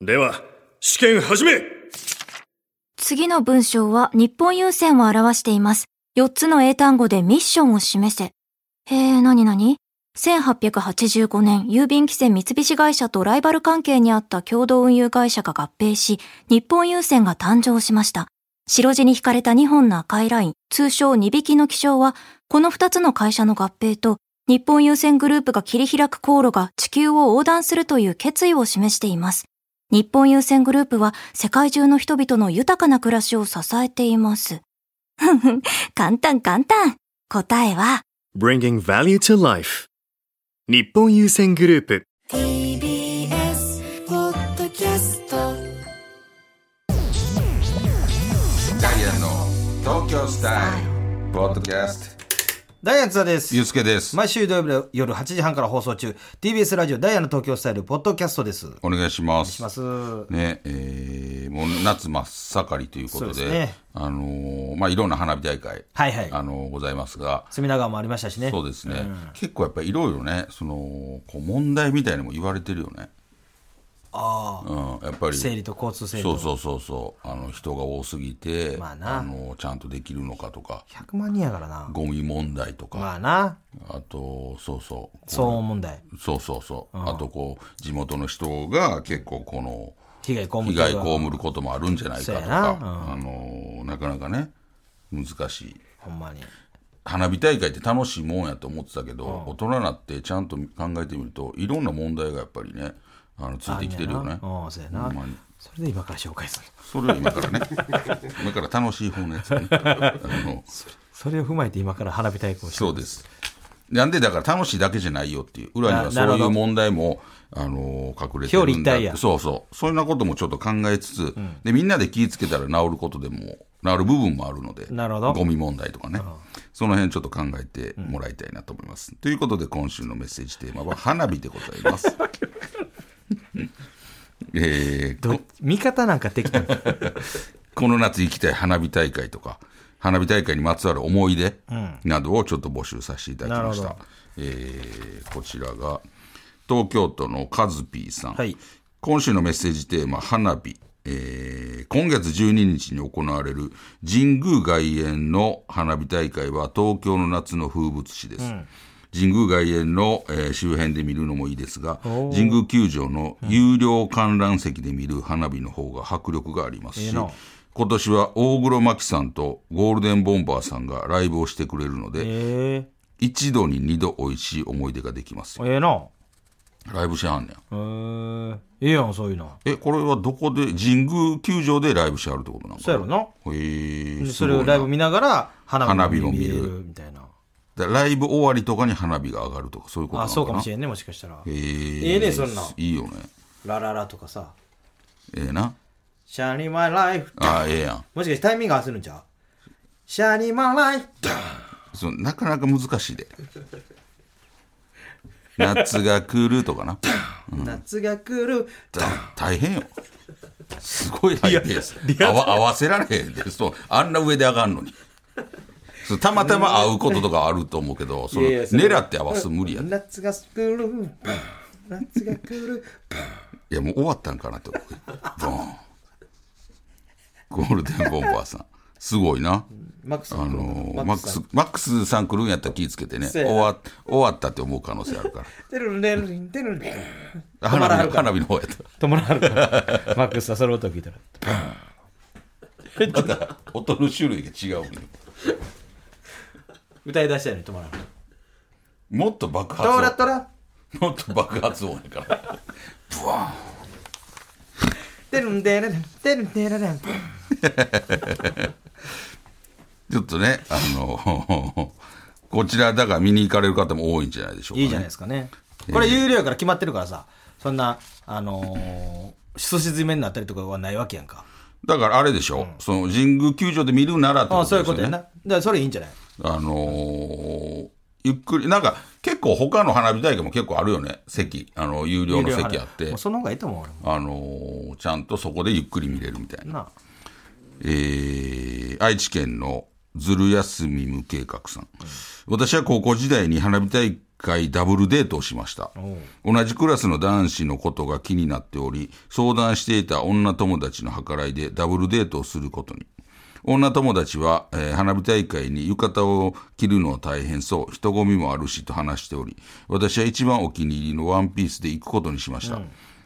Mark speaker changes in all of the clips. Speaker 1: では、試験始め
Speaker 2: 次の文章は日本郵船を表しています。4つの英単語でミッションを示せ。へえ、なになに ?1885 年、郵便規制三菱会社とライバル関係にあった共同運輸会社が合併し、日本郵船が誕生しました。白地に引かれた2本の赤いライン、通称2匹の気象は、この2つの会社の合併と、日本郵船グループが切り開く航路が地球を横断するという決意を示しています。日本郵船グループは世界中の人々の豊かな暮らしを支えています。ふんふん、簡単簡単。答えは、
Speaker 1: !Bringing Value to Life 日本優先グループ
Speaker 3: TBS ポッドキャスト
Speaker 4: ダイアンの東京スタイルポッドキャスト
Speaker 5: ダイアンツ田です
Speaker 4: ゆう。すけです、
Speaker 5: 毎週土曜日の夜8時半から放送中、TBS ラジオダイアンの東京スタイル、ポッドキャストです。
Speaker 4: お願いします
Speaker 5: します。
Speaker 4: ねえーもう夏真っ盛りということで
Speaker 5: そうですね
Speaker 4: あのーまあいろんな花火大会、
Speaker 5: はいはい
Speaker 4: あのーございますが
Speaker 5: 隅田川もありましたしね。
Speaker 4: そうですね、結構やっぱりいろいろねそのこう問題みたいにも言われてるよねああ、うん、やっぱり
Speaker 5: 整理と交通整理
Speaker 4: そう
Speaker 5: と。
Speaker 4: そうそうそうあの人が多すぎて、
Speaker 5: まあな
Speaker 4: のちゃんとできるのかとか
Speaker 5: 100万人やからな。
Speaker 4: ゴミ問題とか、
Speaker 5: まあな、
Speaker 4: あとそうそう
Speaker 5: 騒音問題。
Speaker 4: そうそうそう、あとこう地元の人が結構この
Speaker 5: 被害被
Speaker 4: 被
Speaker 5: る
Speaker 4: 害被ることもあるんじゃないかと
Speaker 5: そうやな
Speaker 4: か、あのなかなかね難しい
Speaker 5: ほんまに。
Speaker 4: 花火大会って楽しいもんやと思ってたけど、大人になってちゃんと考えてみるといろんな問題がやっぱりねあのついてきてるよね
Speaker 5: うん、そうやな
Speaker 4: ほんまに。
Speaker 5: それで今から紹介する。
Speaker 4: それを今からね 今から楽しい方のやつをねあ の
Speaker 5: それを踏まえて今から花火大会をして
Speaker 4: そうです。なんでだから楽しいだけじゃないよっていう、裏には
Speaker 5: な
Speaker 4: そ
Speaker 5: な
Speaker 4: う
Speaker 5: るほ
Speaker 4: いう
Speaker 5: ど
Speaker 4: 問題も、あのー隠れて
Speaker 5: 表
Speaker 4: るん
Speaker 5: 裏一
Speaker 4: だ
Speaker 5: 体や
Speaker 4: そうそう、そんなこともちょっと考えつつ、でみんなで気ぃつけたら治ることでも、治る部分もあるので、
Speaker 5: なるほど
Speaker 4: ゴミ問題とかね、その辺ちょっと考えてもらいたいなと思います。ということで、今週のメッセージテーマは、花火でござい ます。えー
Speaker 5: ど味方なんかで きたの
Speaker 4: この夏行きたい花火大会とか、花火大会にまつわる思い出などをちょっと募集させていただきまし
Speaker 5: な
Speaker 4: た
Speaker 5: るほ。
Speaker 4: えーこちらが、東京都のカズピーさん。
Speaker 5: はい
Speaker 4: 今週のメッセージテーマ、花火。えー今月12日に行われる神宮外苑の花火大会は東京の夏の風物詩です。神宮外苑の、えー周辺で見るのもいいですが、神宮球場の有料観覧席で見る花火の方が迫力がありますし、
Speaker 5: な
Speaker 4: 今年は大黒摩季さんとゴールデンボンバーさんがライブをしてくれるので、
Speaker 5: ええ
Speaker 4: 一度に二度美味しい思い出ができますよ。
Speaker 5: ええな。
Speaker 4: ライブしはんねん。
Speaker 5: ええええやん、そういうの。
Speaker 4: え、これはどこで、神宮球場でライブしはるってことなの
Speaker 5: そうやろな。
Speaker 4: へー
Speaker 5: ですそ
Speaker 4: ご
Speaker 5: れ
Speaker 4: いな
Speaker 5: をライブ見ながら花火も
Speaker 4: 花火も見
Speaker 5: 見
Speaker 4: れ
Speaker 5: れ
Speaker 4: る
Speaker 5: るみたいな。
Speaker 4: だライブ終わりとかに花火が上がるとか、そういうことな
Speaker 5: あ、
Speaker 4: のかな
Speaker 5: そうかもしれんね、もしかしたら。
Speaker 4: へー
Speaker 5: ええねそんなん
Speaker 4: いいよね。
Speaker 5: ラララとかさ。
Speaker 4: ええな。
Speaker 5: シャニマライフ。
Speaker 4: あーええやん。
Speaker 5: もしかしてタイミング合わせるんちゃうシャニマライフ。
Speaker 4: そうなかなか難し いで。夏が来るとかな。
Speaker 5: 夏が来る。
Speaker 4: 大変よ。すごいハイペース。合わ合わせられへんで、そうあんな上で上がんのに。そうたまたま会うこととかあると思うけど、その
Speaker 5: いやいやそれ
Speaker 4: 狙って合わす無理やで。
Speaker 5: 夏が来る。夏が来る。
Speaker 4: いや、もう終わったんかなって思う。ボーン。ゴールデンボンバーさん。すごいな。
Speaker 5: マックス
Speaker 4: あ
Speaker 5: さん来るのか
Speaker 4: の
Speaker 5: な
Speaker 4: マックス
Speaker 5: さん。、
Speaker 4: マックスさん来るんやったら気ぃつけてね。
Speaker 5: そう
Speaker 4: 終
Speaker 5: やな
Speaker 4: わ終わったって思う可能性あるか
Speaker 5: てるるねるんてるるね。
Speaker 4: ら。
Speaker 5: まらは
Speaker 4: 花
Speaker 5: る
Speaker 4: 火
Speaker 5: から
Speaker 4: 花火の方やった。
Speaker 5: 止まらはるから。マックスさん、その音聞いたら。
Speaker 4: また音の種類が違うのよ
Speaker 5: 歌い出したよね、止まらはる。
Speaker 4: もっと爆発
Speaker 5: ト
Speaker 4: 音
Speaker 5: ラトラ。
Speaker 4: もっと爆発音やから
Speaker 5: てるんでるねんてるんでるねん。
Speaker 4: ちょっとねあの こちらだから見に行かれる方も多いんじゃないでしょうか、ね、
Speaker 5: いいじゃないですかね。これ有料やから決まってるからさ、そんな、あのー、すし詰めになったりとかはないわけやんか。
Speaker 4: だからあれでしょ、その神宮球場で見るならって
Speaker 5: あ
Speaker 4: こ
Speaker 5: そう
Speaker 4: と
Speaker 5: いう
Speaker 4: ですよね
Speaker 5: ことやな。だからそれいいんじゃない
Speaker 4: あのーゆっくりなんか結構他の花火大会も結構あるよね席あの有料の席あって
Speaker 5: もうその方がいいと思う俺も
Speaker 4: あのーちゃんとそこでゆっくり見れるみたいな
Speaker 5: なあ。
Speaker 4: えー愛知県のずる休み無計画さん、私は高校時代に花火大回ダブルデートをしました。同じクラスの男子のことが気になっており、相談していた女友達の計らいでダブルデートをすることに。女友達は、えー花火大会に浴衣を着るのは大変そう、人混みもあるしと話しており、私は一番お気に入りのワンピースで行くことにしました。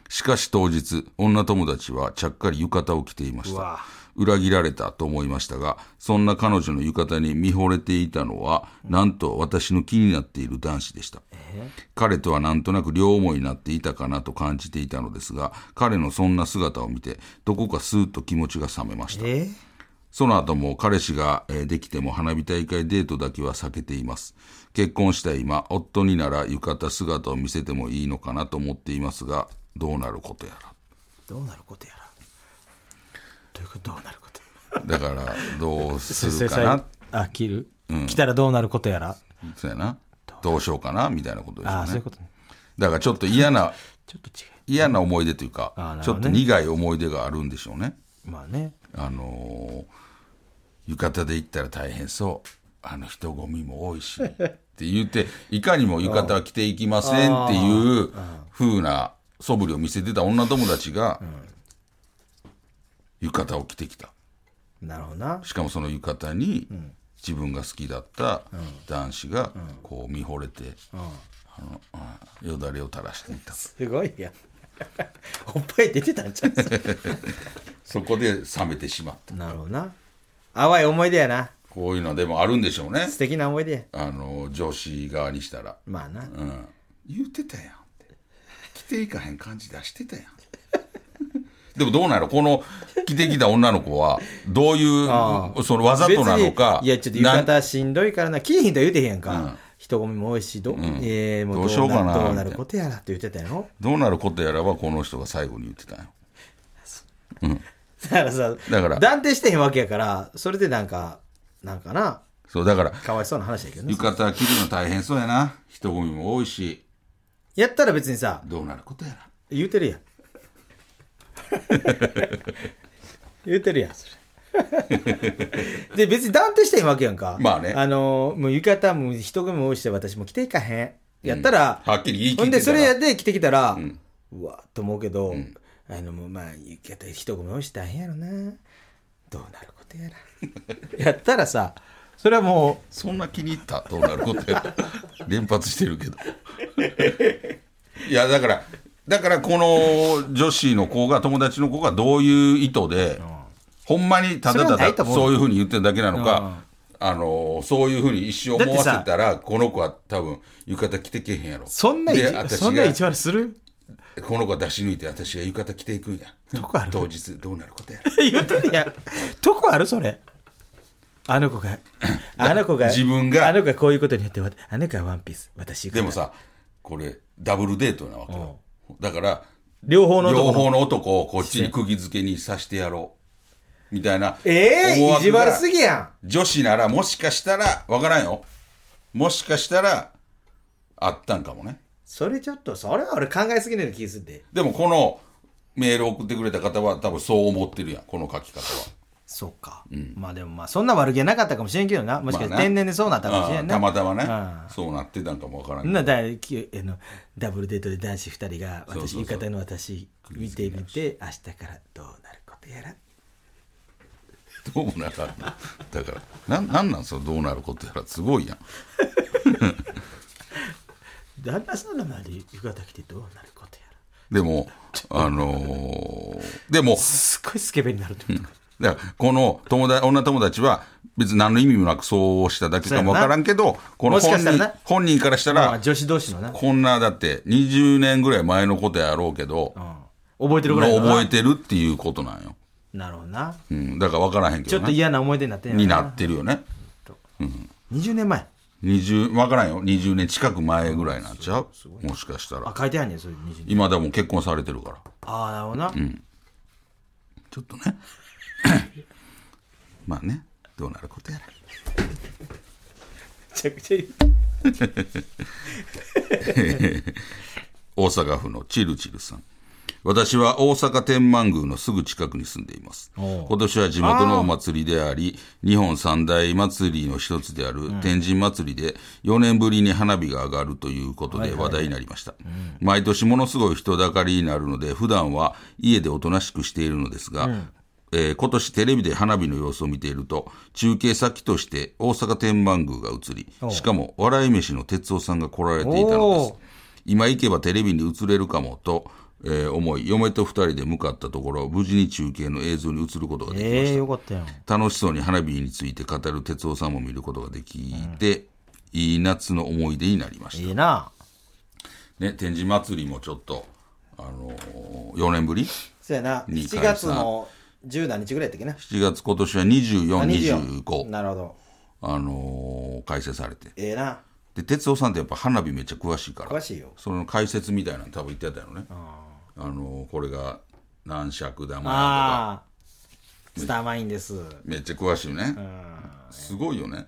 Speaker 4: しかし当日、女友達はちゃっかり浴衣を着ていまし
Speaker 5: うわ
Speaker 4: た。裏切られたと思いましたが、そんな彼女の浴衣に見惚れていたのは、なんと私の気になっている男子でした。彼とはなんとなく両思いになっていたかなと感じていたのですが、彼のそんな姿を見て、どこかスーッと気持ちが冷めました。
Speaker 5: え
Speaker 4: その後も彼氏がえーできても花火大会デートだけは避けています。結婚した今、夫になら浴衣姿を見せてもいいのかなと思っていますが、どうなることや
Speaker 5: どうなることやら。どういうことどうなること
Speaker 4: ら。だから、どうするかな。
Speaker 5: あ、切る、来たらどうなることやら。
Speaker 4: そうやな。どうしようかなみたいなことです
Speaker 5: ああ、
Speaker 4: よ
Speaker 5: そういう
Speaker 4: ね
Speaker 5: こ。とね。
Speaker 4: だからちょっと嫌な、
Speaker 5: ちょっと違
Speaker 4: 嫌な思い出という
Speaker 5: あー
Speaker 4: か、
Speaker 5: なる
Speaker 4: ちょ
Speaker 5: ほ
Speaker 4: っ
Speaker 5: どね
Speaker 4: と苦い思い出があるんでしょうね。
Speaker 5: う。まあね。
Speaker 4: あのー浴衣で行ったら大変そう。あの人混みも多い し。って言って、いかにも浴衣は着ていきませんっていう風な素振りを見せてた女友達が、浴衣を着てきた。
Speaker 5: なるほどな。
Speaker 4: しかもその浴衣に、自分が好きだった男子が、こう見惚れて、あのあよだれを垂らしていった。
Speaker 5: すごいやん。 おっぱい出てたんちゃう
Speaker 4: そこで冷めてしまった。
Speaker 5: なるほどな。 淡い思い出やな。
Speaker 4: こういうのでもあるんでしょうね
Speaker 5: 素。敵な思い出や。
Speaker 4: あの、女子側にしたら。
Speaker 5: まあな。
Speaker 4: うん、言うてたやんって着ていかへん感じ出してたやん でもどうなんやろこの着てきた女の子はどういうそのわざとなのか
Speaker 5: 別にいや、ちょっと浴
Speaker 4: なん
Speaker 5: 衣しんどいからな。キーヒンとは言うてへんやんか。人混みも多いし、ど,、えーもうど
Speaker 4: どうしようかな
Speaker 5: などうなることやらって言ってたやろ。
Speaker 4: どうなることやらはこの人が最後に言ってたんよ
Speaker 5: だからさ、
Speaker 4: だから
Speaker 5: 断定してへんわけやから、それでなんか、なんかな、
Speaker 4: そうだから
Speaker 5: かわいそうな話やけどね
Speaker 4: 浴。衣着るの大変そうやな人混みも多いし
Speaker 5: やったら別にさ、
Speaker 4: どうなることやら
Speaker 5: 言う てるやん。言うてるやん、それ。で、別に断定してへんわけやんか。
Speaker 4: まあね
Speaker 5: あのー、もう浴衣も人混みも多いし、私も着ていかへん。やったら、
Speaker 4: はっきり言い切
Speaker 5: ほん
Speaker 4: って
Speaker 5: で、
Speaker 4: た
Speaker 5: そ
Speaker 4: ら
Speaker 5: れやで着てきたら、うわーっと思うけど、あの、もうまあ、浴衣人混み多いし大変やろな。どうなることやら。 やったらさ、それはも
Speaker 4: そんな気に入ったどうなることや 連発してるけど いやだからだからこの女子の子が友達の子がどういう意図で、ほんまにただ
Speaker 5: それはな
Speaker 4: た
Speaker 5: い
Speaker 4: だ
Speaker 5: と思う
Speaker 4: そういうふうに言ってるだけなのか、あのそういうふうに一生思わせたらこの子は多分浴衣着てけへんやろ
Speaker 5: う、そんな意地
Speaker 4: で私が
Speaker 5: そんな意地悪する
Speaker 4: この子は出し抜いて私が浴衣着ていくんや
Speaker 5: どこある
Speaker 4: 当日どうなることやら
Speaker 5: 言うてるやん。どこあるそれ。あの子が、あの子が、
Speaker 4: 自分が
Speaker 5: あの子がこういうことによって、わあの子はワンピース、私、
Speaker 4: でも、さこれダブルデートなわけよだから
Speaker 5: 両方の
Speaker 4: 両
Speaker 5: 男
Speaker 4: 方
Speaker 5: の。
Speaker 4: の男をこっちに釘付けにさしてやろう。みたいな。
Speaker 5: ええ
Speaker 4: 思
Speaker 5: 意
Speaker 4: 惑
Speaker 5: 地
Speaker 4: が
Speaker 5: 悪すぎや
Speaker 4: 女子ならもしかしたら、わからんよ。もしかしたら、あったんかもね
Speaker 5: ん。。それちょっと、それは俺考えすぎないような気がするで。
Speaker 4: でもこのメールを送ってくれた方は多分そう思ってるやん。この書き方は。
Speaker 5: そうか。まあでもまあ、そんな悪気はなかったかもしれんけどな。もしかして
Speaker 4: まあな
Speaker 5: 天然でそうなったかもしれ
Speaker 4: うんん
Speaker 5: な。
Speaker 4: たまたまね
Speaker 5: うん。
Speaker 4: そうなってたんかもわからん
Speaker 5: そ
Speaker 4: け
Speaker 5: ん
Speaker 4: ど。
Speaker 5: なだきあのダブルデートで男子2人が
Speaker 4: そう
Speaker 5: 私
Speaker 4: そうそう
Speaker 5: 浴衣の私見てみて明日からどうなることやら
Speaker 4: どうもなかった。だから、なん、なんなんそのどうなることやらすごいやん。
Speaker 5: 旦那さんの前で浴衣着てどうなることや
Speaker 4: で
Speaker 5: ら
Speaker 4: も、あのーでも、
Speaker 5: すっごいスケベになるってことか、
Speaker 4: だからこの友達女友達は別に何の意味もなくそうしただけかもわからんけどこの
Speaker 5: もしか
Speaker 4: 本
Speaker 5: したら
Speaker 4: 人
Speaker 5: な
Speaker 4: 本人からした
Speaker 5: まあ
Speaker 4: ら
Speaker 5: 女子同士のな、うん、
Speaker 4: こんなだって20年ぐらい前のことやろうけど、
Speaker 5: 覚えてるぐらいのな
Speaker 4: 覚えてるっていうことなんよ、
Speaker 5: なるほどな
Speaker 4: うん、だから分からへんけ
Speaker 5: ちょ
Speaker 4: ど
Speaker 5: っ
Speaker 4: ね
Speaker 5: と嫌な思い出になってんや
Speaker 4: に
Speaker 5: ろ
Speaker 4: なってるよね
Speaker 5: 20年前
Speaker 4: 20分からんよ20年近く前ぐらいなんちゃうもしかした
Speaker 5: あ
Speaker 4: ら
Speaker 5: 書いてあんねんそれ20年
Speaker 4: 今でも結婚されてるから
Speaker 5: ああなるほどな、
Speaker 4: ちょっとねまあねどうなることやら
Speaker 5: めちゃくちゃいい
Speaker 4: 大阪府のチルチルさん。私は大阪天満宮のすぐ近くに住んでいます。
Speaker 5: おう
Speaker 4: 今年は地元のお祭りであり、日本三大祭りの一つである天神祭りで4年ぶりに花火が上がるということで話題になりました。毎年ものすごい人だかりになるので、普段は家でおとなしくしているのですが、えー今年テレビで花火の様子を見ていると、中継先として大阪天満宮が映り、しかも笑い飯の哲夫さんが来られていたので
Speaker 5: おう
Speaker 4: す。今行けばテレビに映れるかもと、えー思い嫁と2人で向かったところ無事に中継の映像に映ることができま
Speaker 5: ええ
Speaker 4: し
Speaker 5: よかったよ。
Speaker 4: た、楽しそうに花火について語る哲夫さんも見ることができて、いい夏の思い出になりました、
Speaker 5: いいな。
Speaker 4: ね、天神祭りもちょっと、あのー、4年ぶり
Speaker 5: そうやな。
Speaker 4: 二
Speaker 5: 7
Speaker 4: 回
Speaker 5: 月
Speaker 4: さ
Speaker 5: の十何日ぐらいだったっけな。
Speaker 4: 7月今年は
Speaker 5: あ
Speaker 4: 24、
Speaker 5: 24
Speaker 4: 25、
Speaker 5: なるほど。
Speaker 4: あのー開催されて
Speaker 5: ええな。
Speaker 4: で哲夫さんってやっぱ花火めっちゃ詳しいから
Speaker 5: 詳しいよ
Speaker 4: その解説みたいなの多分言ってたよねあのこれが何尺玉とか
Speaker 5: ああ。スターマインです。
Speaker 4: めっちゃ詳しいよね
Speaker 5: うん。
Speaker 4: すごいよね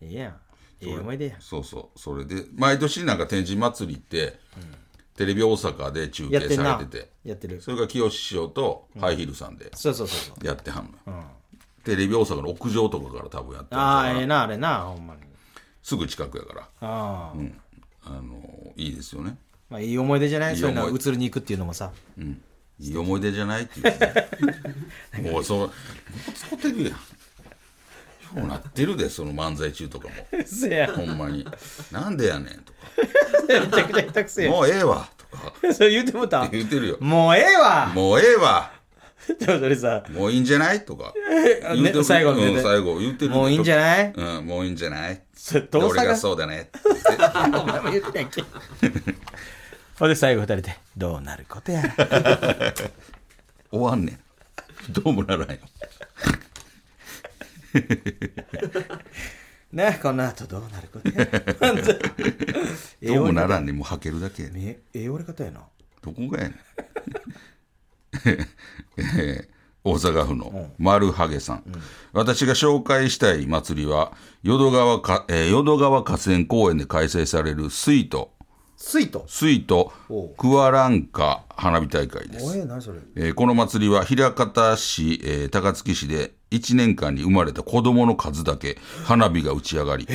Speaker 5: ええやん。ええ思い出やん。
Speaker 4: そうそうそれで毎年なんか天神祭りって、テレビ大阪で中
Speaker 5: やっ
Speaker 4: 継
Speaker 5: てん
Speaker 4: さ
Speaker 5: な
Speaker 4: れてて。
Speaker 5: やってる。
Speaker 4: それが清志師匠とハイヒールさんで
Speaker 5: そうそうそうそう。
Speaker 4: やってはんのよ、テレビ大阪の屋上とかから多分やってる
Speaker 5: あ
Speaker 4: か
Speaker 5: あ、ええ
Speaker 4: ら
Speaker 5: な、あれな、ほんまに。
Speaker 4: すぐ近くやから
Speaker 5: ああ。
Speaker 4: あのいいですよね
Speaker 5: まあ、いい思い出じゃない
Speaker 4: いい
Speaker 5: そういうのは
Speaker 4: 思い
Speaker 5: 移りに行くっていうのもさ。
Speaker 4: いい思い出じゃないって いう、ね、もうそう使ってるやんそうなってるでその漫才中とかも
Speaker 5: せや。
Speaker 4: ほんまになんでやねんと
Speaker 5: めちゃくちゃ下手くせ
Speaker 4: か
Speaker 5: や。
Speaker 4: もうええわとか
Speaker 5: そう言うてもうた。
Speaker 4: 言ってるよ
Speaker 5: もうええわ
Speaker 4: もうええわ
Speaker 5: でもそれさ、
Speaker 4: もういいんじゃないとか
Speaker 5: あ
Speaker 4: 言うて
Speaker 5: ね
Speaker 4: る
Speaker 5: 最後の
Speaker 4: う
Speaker 5: ね
Speaker 4: ん最後言ってる
Speaker 5: もういいんじゃ
Speaker 4: い
Speaker 5: ない
Speaker 4: うんもういいんじゃない
Speaker 5: それ
Speaker 4: で
Speaker 5: どう
Speaker 4: 俺
Speaker 5: さ
Speaker 4: が
Speaker 5: が
Speaker 4: そうだね
Speaker 5: お前も言ってんけ。ほんで最後二人で、どうなることや ら。
Speaker 4: 終わんねんどうもならんよ
Speaker 5: なあ、この後どうなることやら。ほんとええ
Speaker 4: どうもならんねんもうはけるだけやねん
Speaker 5: ええ俺方やな。
Speaker 4: どこがやねん えー大阪府の丸ハゲさん、私が紹介したい祭りは淀川か、えー淀川河川公園で開催される水都
Speaker 5: スイート。
Speaker 4: 水都
Speaker 5: おう
Speaker 4: クアランカ花火大会です
Speaker 5: おえ、何それ。
Speaker 4: えーこの祭りは枚方市、えー高槻市で1年間に生まれた子供の数だけ花火が打ち上がり、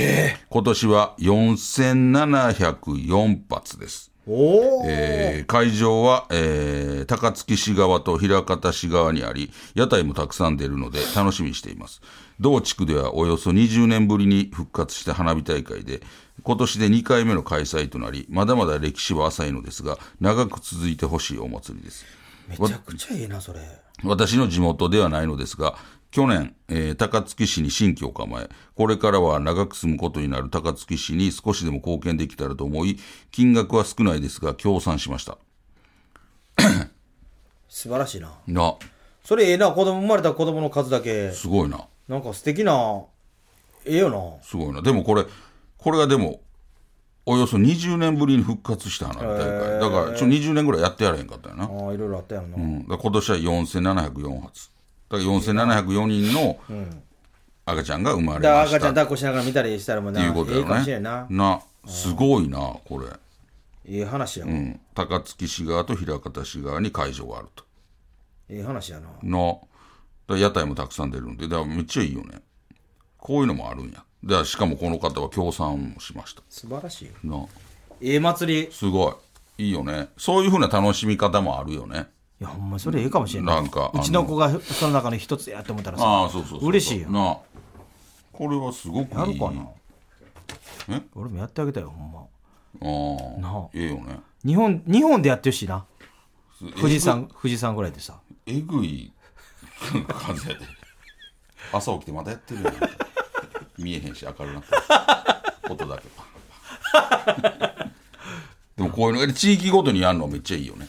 Speaker 4: 今年は4704発です。
Speaker 5: おお、
Speaker 4: えー会場は、えー高槻市側と枚方市側にあり、屋台もたくさん出るので楽しみにしています。同地区ではおよそ20年ぶりに復活した花火大会で、今年で2回目の開催となり、まだまだ歴史は浅いのですが、長く続いてほしいお祭りです。
Speaker 5: めちゃくちゃええな、それ。
Speaker 4: 私の地元ではないのですが、去年、えー高槻市に新居を構え、これからは長く住むことになる高槻市に少しでも貢献できたらと思い、金額は少ないですが、協賛しました。
Speaker 5: 素晴らしいな。
Speaker 4: な、
Speaker 5: それええな、子供生まれた子供の数だけ。
Speaker 4: すごいな。
Speaker 5: なんか素敵な、ええよな。
Speaker 4: すごいな。でもこれ、これがでも、およそ20年ぶりに復活した花火大会。だから、ちょ、20年ぐらいやってやれへんかったよな。
Speaker 5: ああ、いろいろあったやろな。
Speaker 4: うん、だから今年は4704発。だから4704人の赤ちゃんが生まれ
Speaker 5: だ
Speaker 4: ま
Speaker 5: から赤
Speaker 4: し
Speaker 5: ちゃ
Speaker 4: た。っ
Speaker 5: ん抱っこしながら見たりしたらもう
Speaker 4: て
Speaker 5: な、
Speaker 4: いうこと
Speaker 5: ええかも
Speaker 4: だよ
Speaker 5: しれん
Speaker 4: ね
Speaker 5: な。。
Speaker 4: な、すごいな、これ。
Speaker 5: ええ話やわ、
Speaker 4: うん、高槻市側と枚方市側に会場があると。
Speaker 5: ええ話やな。
Speaker 4: の、だから屋台もたくさん出るんで、だからめっちゃいいよね。こういうのもあるんや。だからしかもこの方は協賛もしました。
Speaker 5: 素晴らしいよ。
Speaker 4: な、
Speaker 5: ええ祭り。い
Speaker 4: すごい。いいよね。そういうふうな楽しみ方もあるよね。
Speaker 5: や、ほんまそれええかもしれんない。
Speaker 4: なんかあ
Speaker 5: う
Speaker 4: の
Speaker 5: ちの子がその中の一つやって思ったらさ、
Speaker 4: ああ、そうそうそうそう。
Speaker 5: 嬉しいよ
Speaker 4: な、これはすごくいい。
Speaker 5: やるかな。
Speaker 4: え
Speaker 5: 俺もやってあげたよ、ほんま。な
Speaker 4: あ
Speaker 5: あ
Speaker 4: あ。ええよね。
Speaker 5: 日本、日本でやってほしいな。
Speaker 4: えぐ
Speaker 5: 富士山、富士山ぐらいでさ。
Speaker 4: えぐい感じやで。朝起きてまたやってるやん。見えへんし、明るなってる。音だけ。でもこういうのえ、地域ごとにやるのめっちゃいいよね。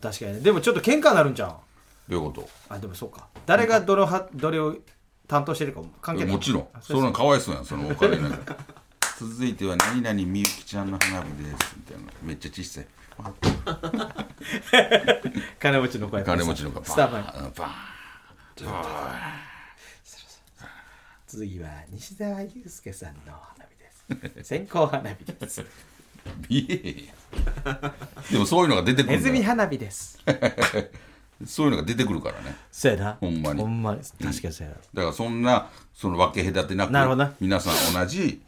Speaker 5: 確かにね。でもちょっと喧嘩になるんじゃん。
Speaker 4: どういうこ
Speaker 5: あ、でもそうか。誰がどれをは、どれを担当してるかも関
Speaker 4: と
Speaker 5: 係
Speaker 4: え
Speaker 5: ない。
Speaker 4: もちろん
Speaker 5: あ。
Speaker 4: そんなのかわいそうやん、そのお金なんか。続いては何々みゆきちゃんの花火です。みたいな。めっちゃ小さい。
Speaker 5: 金持ちの子やから
Speaker 4: 金持ちの方が
Speaker 5: スタバに
Speaker 4: バーンバーン
Speaker 5: 次は西澤祐介さんの花火です。線香花火です。
Speaker 4: 見えへんやんでもそういうのが出てく
Speaker 5: ネ
Speaker 4: る
Speaker 5: ズ
Speaker 4: か
Speaker 5: ミ
Speaker 4: ら
Speaker 5: 花 火です。
Speaker 4: そういうのが出てくるからね
Speaker 5: そうやな。
Speaker 4: ほんまに
Speaker 5: ほんまに。確かにそうやな。
Speaker 4: だからそんなその分け隔てなく
Speaker 5: なるほどな
Speaker 4: 皆さん同じ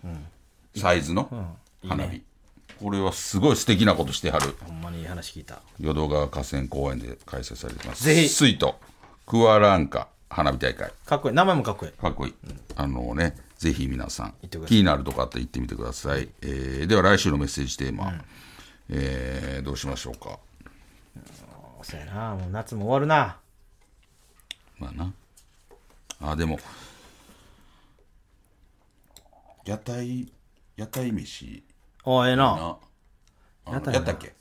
Speaker 4: サイズの花火、これはすごい素敵なことしてはる
Speaker 5: ほんまにいい話聞いた。
Speaker 4: 淀川河川公園で開催されてます
Speaker 5: ぜひ
Speaker 4: 水とクアランカ花火大会
Speaker 5: かっこいい。名前もかっこいい。
Speaker 4: かっこいい、あのねぜひ皆さん
Speaker 5: 行ってください
Speaker 4: 気になるとこあったら行ってみてください、えーでは来週のメッセージテーマ、えーどうしましょうか
Speaker 5: そうやな。もう夏も終わるな。
Speaker 4: まあなあでも屋台屋台飯
Speaker 5: おーええな。
Speaker 4: なあの
Speaker 5: 屋台な
Speaker 4: やったっけ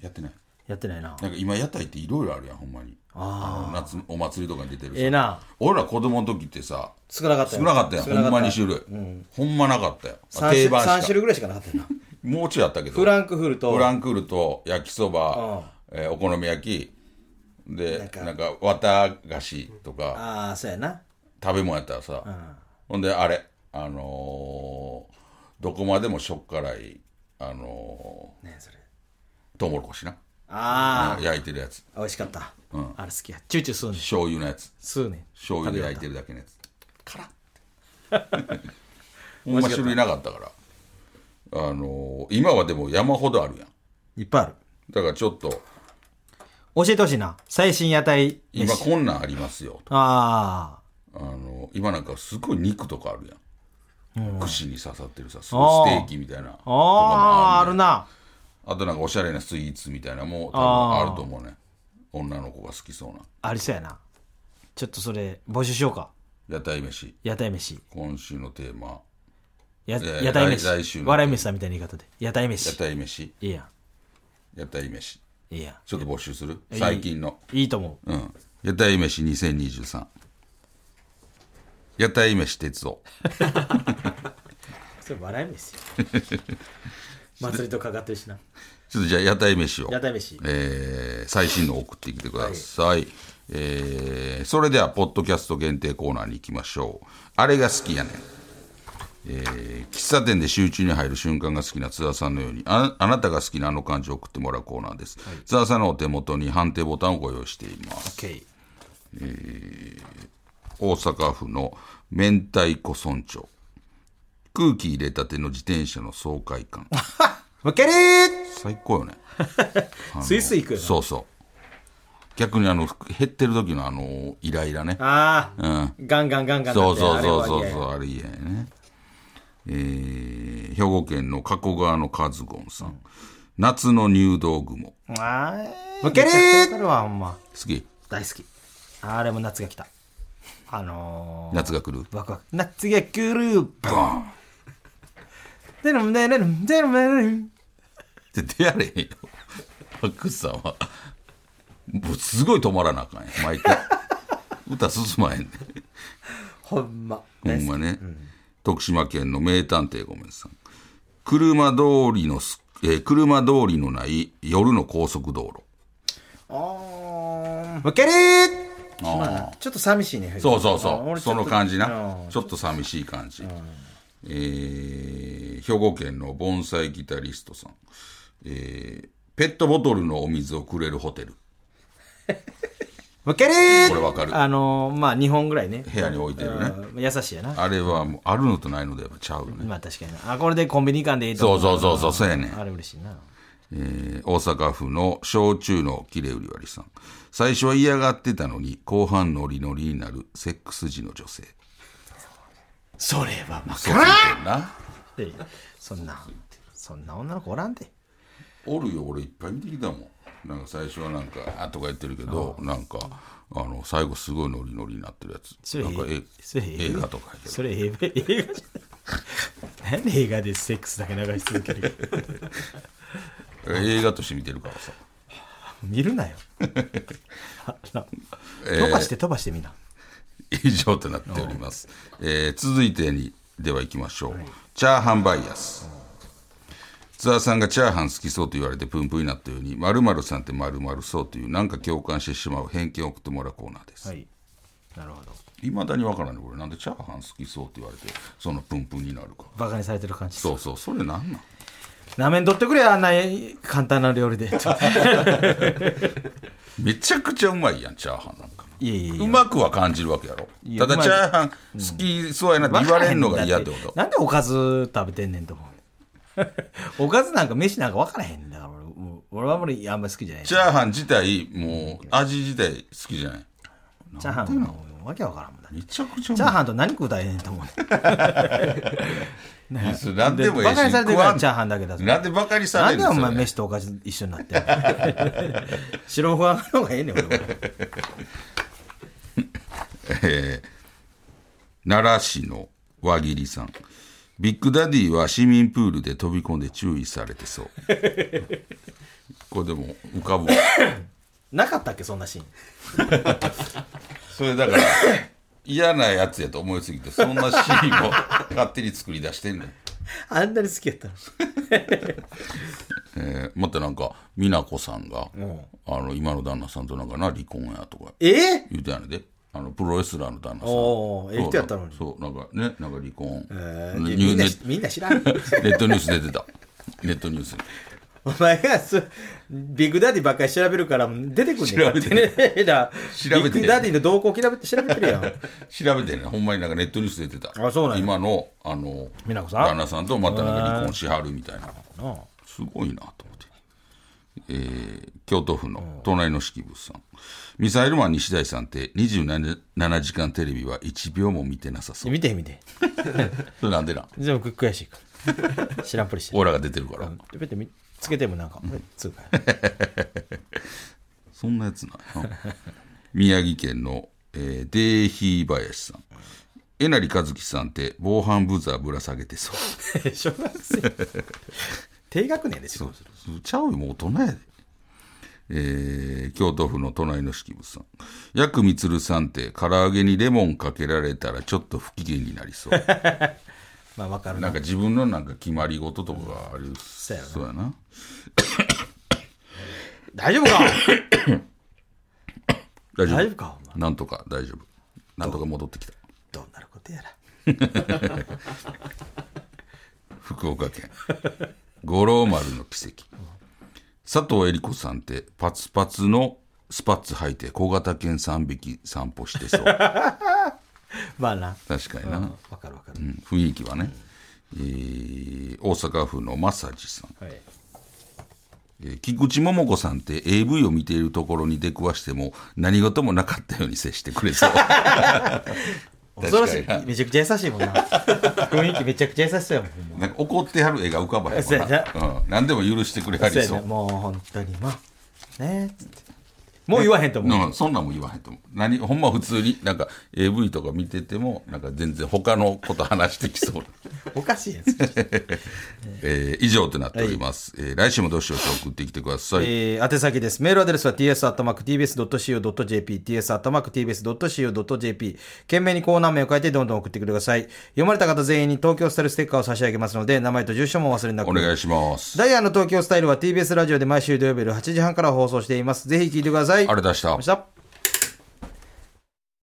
Speaker 4: やってない
Speaker 5: やってないな。
Speaker 4: なんか今屋台っていろいろあるやんほんまにあの夏お祭りとかに出てるさ
Speaker 5: ええな。
Speaker 4: 俺ら子供の時ってさ
Speaker 5: 少なかった
Speaker 4: 少なかったやんほんまに種
Speaker 5: 種
Speaker 4: 類、ほんまなかったよ定
Speaker 5: 類。
Speaker 4: 番
Speaker 5: 3
Speaker 4: し
Speaker 5: 種
Speaker 4: か
Speaker 5: 類ぐらいしかなかった よな。
Speaker 4: もうちょいあったけど
Speaker 5: フランクフルト。
Speaker 4: フランクフルト焼きそば、えーお好み焼きでな
Speaker 5: なんん
Speaker 4: か
Speaker 5: か
Speaker 4: 綿菓子とか
Speaker 5: ああ、そうやな。
Speaker 4: 食べ物やったらさ、ほんであれあのーどこまでもしょっからいあの
Speaker 5: ねそれ。
Speaker 4: ー、トウモロコシな
Speaker 5: あ
Speaker 4: 焼いてるやつ
Speaker 5: あ、美味しかった。あれ好きや。チューチュー吸うねん。
Speaker 4: 醤油のやつ
Speaker 5: 吸うねん。
Speaker 4: 醤油で焼いてるだけのやつ辛っ ほんま種類なかったからあのー今はでも山ほどあるやん
Speaker 5: いっぱいある。
Speaker 4: だからちょっと
Speaker 5: 教えてほしいな。最新屋台飯。
Speaker 4: 今こんなんありますよ
Speaker 5: あ
Speaker 4: あ
Speaker 5: あ。
Speaker 4: の今なんかすごい肉とかあるやん、串に刺さってるさす
Speaker 5: あ
Speaker 4: ご
Speaker 5: ー
Speaker 4: いステーキみたいなとか
Speaker 5: あ
Speaker 4: も
Speaker 5: あ、あ
Speaker 4: る
Speaker 5: る
Speaker 4: ね
Speaker 5: な。
Speaker 4: あとなんかおしゃれなスイーツみたいなのも多分あると思うね女の子が好きそうな
Speaker 5: ありそうやな。ちょっとそれ、募集しようか。
Speaker 4: 屋台飯
Speaker 5: 屋台飯。
Speaker 4: 今週のテーマ
Speaker 5: や
Speaker 4: えー
Speaker 5: 屋
Speaker 4: 来
Speaker 5: 台
Speaker 4: 来週
Speaker 5: 飯。
Speaker 4: の
Speaker 5: 笑い飯さんみたいな言い方で。屋台
Speaker 4: 屋
Speaker 5: 飯。
Speaker 4: 台飯
Speaker 5: いいや
Speaker 4: 屋台飯
Speaker 5: ん。いいや
Speaker 4: ちょっと募集する最近の
Speaker 5: ん。いいと思う。
Speaker 4: うん屋台飯2023屋台飯鉄道
Speaker 5: それ笑い 飯よ。祭りとかかってるしな。
Speaker 4: ちょっとじゃあ屋台飯を
Speaker 5: 屋台飯
Speaker 4: えー最新のを送ってきてください、えーそれではポッドキャスト限定コーナーに行きましょうあれが好きやねん、えー喫茶店で集中に入る瞬間が好きな津田さんのようにああなたが好きなあの漢字を送ってもらうコーナーです、津田さんのお手元に判定ボタンをご用意しています
Speaker 5: ケイ。
Speaker 4: 大阪府の明太子村長空気入れたての自転車の爽快感
Speaker 5: むけりー
Speaker 4: 最高よね
Speaker 5: スイスイ行くよな。
Speaker 4: そうそう逆にあの減ってる時のあのイライラね
Speaker 5: ああ、
Speaker 4: うん
Speaker 5: ガンガンガンガン
Speaker 4: そうそうそう
Speaker 5: う
Speaker 4: そうそうあれ嫌やねえー、兵庫県の加古川のカズゴンさん、夏の入道雲
Speaker 5: う。ああ、むけりーわかるわ、ほんま。
Speaker 4: 好き
Speaker 5: 大好き。あれも夏が来た。あのー、
Speaker 4: 夏が来る
Speaker 5: ワクワク。夏が来るボンでるんでるんでるんでるん
Speaker 4: って出やれへんよパクさんはもうすごい止まらなあかんやん毎回歌進まへんね
Speaker 5: ほんま。
Speaker 4: ほんまね、徳島県の名探偵ごめんさん車通りのす、えー車通りのない夜の高速道路
Speaker 5: あーむけりーまあちょっと寂しいね。
Speaker 4: そうそう
Speaker 5: あ
Speaker 4: そう
Speaker 5: 俺ち
Speaker 4: そ
Speaker 5: ょっと
Speaker 4: の感じな
Speaker 5: うん
Speaker 4: ちょっと寂しい感じ、えー兵庫県の盆栽ギタリストさん、えーペットボトルのお水をくれるホテル
Speaker 5: むけりー
Speaker 4: これわかる
Speaker 5: あのー、まあ2本ぐらいね。
Speaker 4: 部屋に置いてるね
Speaker 5: うん優しいやな。
Speaker 4: あれはもうあるのとないのでやっぱちゃうよね、
Speaker 5: まあ確かにな。あ、これでコンビニ行かんでいいと
Speaker 4: そ
Speaker 5: 思
Speaker 4: う
Speaker 5: う。
Speaker 4: そうそうそうそうやねん
Speaker 5: あれ嬉しいな。
Speaker 4: えー大阪府の焼酎の切れ売り割りさん最初は嫌がってたのに後半ノリノリになるセックス時の女性
Speaker 5: それはま
Speaker 4: そう言ってんな
Speaker 5: あ。そんな、そんな女の子おらんで。
Speaker 4: おるよ俺いっぱい見てきたもんなんか最初はなんか「あ」とか言ってるけどなんかあの最後すごいノリノリになってるやつ
Speaker 5: それ
Speaker 4: なんかえ
Speaker 5: それ
Speaker 4: 映画とかやけど
Speaker 5: それ映画映画じゃない。何 で映画でセックスだけ流し続ける
Speaker 4: 映画として見てるからさ
Speaker 5: 見るなよ。 あな
Speaker 4: えー
Speaker 5: 飛ばして飛ばしてみんな。
Speaker 4: 以上となっております、えー続いてにでは行きましょう、チャーハンバイアス津田さんがチャーハン好きそうと言われてプンプンになったように〇〇さんって〇〇そうというなんか共感してしまう偏見を送ってもらうコーナーです、
Speaker 5: はい。なるほど。
Speaker 4: いまだにわからない俺なんでチャーハン好きそうって言われてそのプンプンになるか
Speaker 5: バカにされてる感じ。
Speaker 4: そうそうそれなんなん
Speaker 5: なめんとってくれあんな簡単な料理で
Speaker 4: めちゃくちゃうまいやんチャーハンなんか
Speaker 5: いやいやいや
Speaker 4: うまくは感じるわけやろ
Speaker 5: いや
Speaker 4: ただ
Speaker 5: うまい
Speaker 4: チャーハン好きそうやなって言われるのが嫌ってこと
Speaker 5: なんでおかず食べてんねんと思う おかずなんか飯なんか分からへんだから俺もう俺はあんまりあんまり好きじゃない
Speaker 4: チ
Speaker 5: チャ
Speaker 4: ャーハン自体もう味自体好きじゃない
Speaker 5: ーハンのわけわからんもんな
Speaker 4: めちゃくちゃう
Speaker 5: チャー
Speaker 4: ま
Speaker 5: ハンと何食うたらええねんと思うね
Speaker 4: いそれ何でもええ
Speaker 5: バ
Speaker 4: し
Speaker 5: カにされて
Speaker 4: 食
Speaker 5: るか
Speaker 4: わ
Speaker 5: ら
Speaker 4: ん
Speaker 5: チャーハンだけだぞ
Speaker 4: なんでバカにさ
Speaker 5: な
Speaker 4: れ
Speaker 5: ん
Speaker 4: る
Speaker 5: でお前
Speaker 4: それ
Speaker 5: 飯とおかず一緒になってん の白ご飯の方がええねん俺は
Speaker 4: えー奈良市の輪切りさんビッグダディは市民プールで飛び込んで注意されて そうこれでも浮かぶわ
Speaker 5: なかったっけそんなシーン
Speaker 4: それだから嫌なやつやと思いすぎてそんなシーンを 勝手に作り出してんねん、
Speaker 5: あんなに好きやったの
Speaker 4: えーまたなんか美奈子さんが、
Speaker 5: ん
Speaker 4: あの今の旦那さんとなんかな離婚やとか
Speaker 5: ええ
Speaker 4: 言うてやねんであのプロレスラーの旦那さん
Speaker 5: おーええ人やったのに
Speaker 4: そうなんかそうなんかねなんか離婚、ニュ
Speaker 5: みんな
Speaker 4: ネッ
Speaker 5: みんな知 らん
Speaker 4: ネットニュース出てたネットニュースに
Speaker 5: お前がすビッグダディばっかり調べるから出てくんねん
Speaker 4: 調べてる
Speaker 5: 勝 手にだ
Speaker 4: 調べてる
Speaker 5: ビッグダディの動向を調べて調べてる やん
Speaker 4: 調べてねほんまになんかネットニュース出てた
Speaker 5: あそうなんや
Speaker 4: 今のあの
Speaker 5: 美奈子さん
Speaker 4: 旦那さんとまたなんか離婚しはるみたいな
Speaker 5: あ
Speaker 4: すごいなと思って、えー京都府の隣の式物さんミサイルマン西大さんって27時間テレビは1秒も見てなさそう
Speaker 5: 見て見て
Speaker 4: それなんでなん
Speaker 5: 全部悔しいから知らんぷりして
Speaker 4: オーラが出てるから、
Speaker 5: うんペペってみつけてもなんか、これつうか
Speaker 4: そんなやつなんや な宮城県の、えー、デーヒー林さんえなりかずきさんって防犯ブザーぶら下げてそう
Speaker 5: 小学 生低学年でしょ
Speaker 4: ちゃうよ、もう大人やで。えー京都府の隣の式部さん。ヤクミツルさんって、唐揚げにレモンかけられたらちょっと不機嫌になりそう。
Speaker 5: まあわかる
Speaker 4: な
Speaker 5: なん
Speaker 4: か自分のなんか決まり事とかがある。
Speaker 5: そうやな
Speaker 4: そうやな。
Speaker 5: 大 丈夫か
Speaker 4: 大丈夫
Speaker 5: 大丈夫かお前
Speaker 4: なんとか大丈夫。なんとか戻ってきた。
Speaker 5: どうなることやら
Speaker 4: 福岡県。五郎丸の奇跡。佐藤恵理子さんって、パツパツのスパッツ履いて小型犬3匹散歩して そう。
Speaker 5: まあな
Speaker 4: 確かにな。
Speaker 5: わかるわかる、
Speaker 4: うん雰囲気はね、えー大阪府のマッサージさん、
Speaker 5: はい
Speaker 4: えー菊池桃子さんって AV を見ているところに出くわしても何事もなかったように接してくれそう
Speaker 5: 恐ろし
Speaker 4: 確か
Speaker 5: い
Speaker 4: に
Speaker 5: めちゃくちゃ優しいもん な雰囲気めちゃくちゃ優しそうやもんほんま
Speaker 4: なんか怒ってはる絵が浮かばへん
Speaker 5: そう
Speaker 4: わ
Speaker 5: や
Speaker 4: な、うん、何でも許してくれはり
Speaker 5: そ
Speaker 4: そうう
Speaker 5: やねもう本当にまあねえつってもう言わへんと思う、
Speaker 4: うん、そんなんも言わへんと思う何ほんま普通になんか AV とか見ててもなんか全然他のこと話してき そう
Speaker 5: おかしいやつ、
Speaker 4: えー以上となっております、えー来週もどうしようと送ってきてください、
Speaker 5: えー、宛先ですメールアドレスは ts.tbs.co.jp ts.tbs.co.jp 懸命にコーナー名を書いてどんどん送ってください読まれた方全員に東京スタイルステッカーを差し上げますので名前と住所もお忘れなく
Speaker 4: お願いします
Speaker 5: ダイヤの東京スタイルは TBS ラジオで毎週土曜日夜8時半から放送していますぜひ聞いてください
Speaker 4: あれ出した
Speaker 5: ました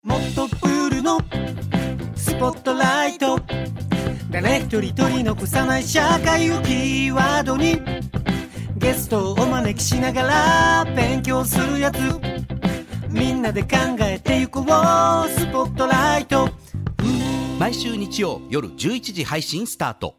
Speaker 6: もっとプールのスポットライト誰一人取り残さない社会をキーワードにゲストをお招きしながら勉強するやつみんなで考えてゆこうスポットライト毎週日曜夜11時配信スタート